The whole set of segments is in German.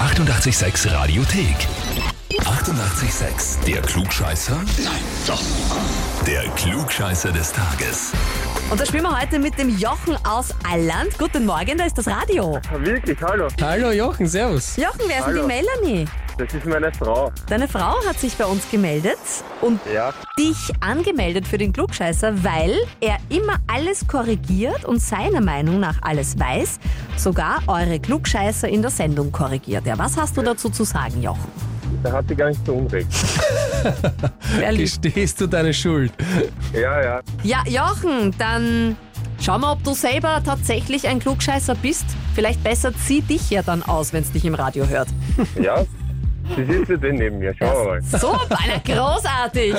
886 Radiothek. 88,6. Der Klugscheißer? Nein, doch. Der Klugscheißer des Tages. Und da spielen wir heute mit dem Jochen aus Alland. Guten Morgen, da ist das Radio. Wirklich, hallo. Hallo Jochen, servus. Jochen, wer ist denn die Hallo. Melanie? Das ist meine Frau. Deine Frau hat sich bei uns gemeldet und Ja. dich angemeldet für den Klugscheißer, weil er immer alles korrigiert und seiner Meinung nach alles weiß, sogar eure Klugscheißer in der Sendung korrigiert. Ja, was hast du dazu zu sagen, Jochen? Da hat sie gar nicht so unrecht. Wer liebt? Gestehst du deine Schuld? Ja, ja. Ja, Jochen, dann schau mal, ob du selber tatsächlich ein Klugscheißer bist. Vielleicht bessert sie dich ja dann aus, wenn es dich im Radio hört. Ja. Sie sitzt ja denn neben mir. Schauen wir mal. Super, na, großartig.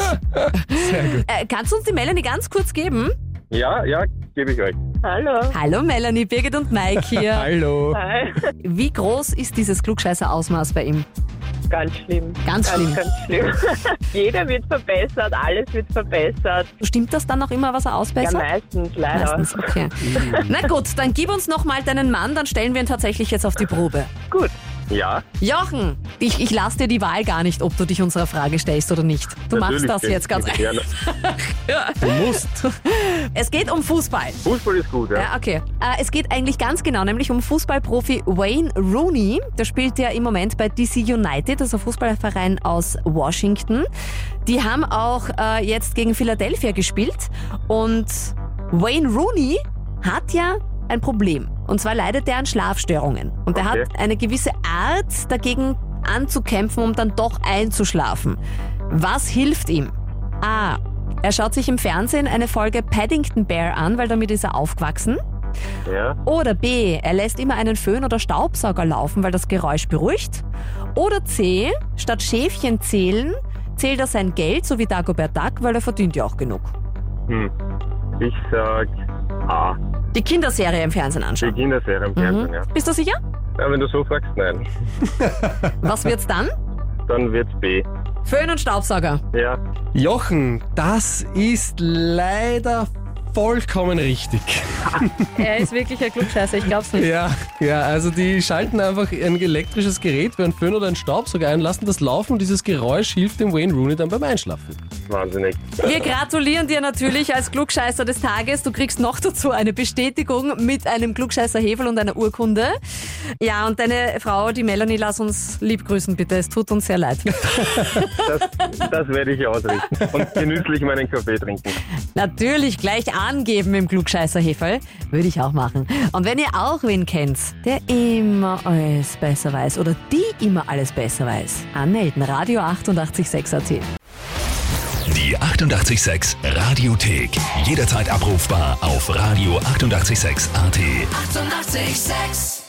Äh, kannst du uns die Melanie ganz kurz geben? Ja, ja, gebe ich euch. Hallo. Hallo Melanie, Birgit und Mike hier. Hallo. Hi. Wie groß ist dieses Klugscheißer-Ausmaß bei ihm? Ganz schlimm. Ganz schlimm. Ganz, schlimm. Jeder wird verbessert, alles wird verbessert. Stimmt das dann noch immer, was er Ja, ausbessert? meistens leider. Meistens, okay. Na gut, dann gib uns nochmal deinen Mann, dann stellen wir ihn tatsächlich jetzt auf die Probe. Gut. Ja. Jochen, ich, ich lasse dir die Wahl gar nicht, ob du dich unserer Frage stellst oder nicht. Du natürlich machst das bin jetzt ganz ich gerne. Du musst. Es geht um Fußball. Fußball ist gut, ja. Ja, okay. Äh, es geht eigentlich ganz genau, nämlich um Fußballprofi Wayne Rooney. Der spielt ja im Moment bei DC United, also Fußballverein aus Washington. Die haben auch äh, jetzt gegen Philadelphia gespielt und Wayne Rooney hat ja ein Problem. Und zwar leidet er an Schlafstörungen. Und er Okay. hat eine gewisse Art, dagegen anzukämpfen, um dann doch einzuschlafen. Was hilft ihm? A. Er schaut sich im Fernsehen eine Folge Paddington Bear an, weil damit ist er aufgewachsen. Ja. Oder B. Er lässt immer einen Föhn oder Staubsauger laufen, weil das Geräusch beruhigt. Oder C. Statt Schäfchen zählen, zählt er sein Geld, so wie Dagobert Duck, weil er verdient ja auch genug. Hm. Ich sag A. Die Kinderserie im Fernsehen Die anschauen. Kinderserie im Fernsehen, ja. Mhm. Bist du sicher? ja. Wenn du so fragst, nein. Was wird's dann? Dann wird's B. Föhn und Staubsauger. Ja. Jochen, das ist leider vollkommen richtig. Er ist wirklich ein Klugscheißer, ich glaub's nicht. Ja, ja, also die schalten einfach ein elektrisches Gerät wie ein Föhn oder ein Staubsauger ein, lassen das laufen und dieses Geräusch hilft dem Wayne Rooney dann beim Einschlafen. Wahnsinnig. Wir gratulieren dir natürlich als Klugscheißer des Tages. Du kriegst noch dazu eine Bestätigung mit einem Klugscheißer Hefel und einer Urkunde. Ja, und deine Frau, die Melanie, lass uns lieb grüßen, bitte. Es tut uns sehr leid. Das, das werde ich ausrichten. Und genüsslich meinen Kaffee trinken. Natürlich gleich angeben im Klugscheißer Heferl. Würde ich auch machen. Und wenn ihr auch wen kennt, der immer alles besser weiß oder die immer alles besser weiß, anmelden. Radio 886 AT. Die 88,6 Radiothek. Jederzeit abrufbar auf radio886.at. 88,6. 886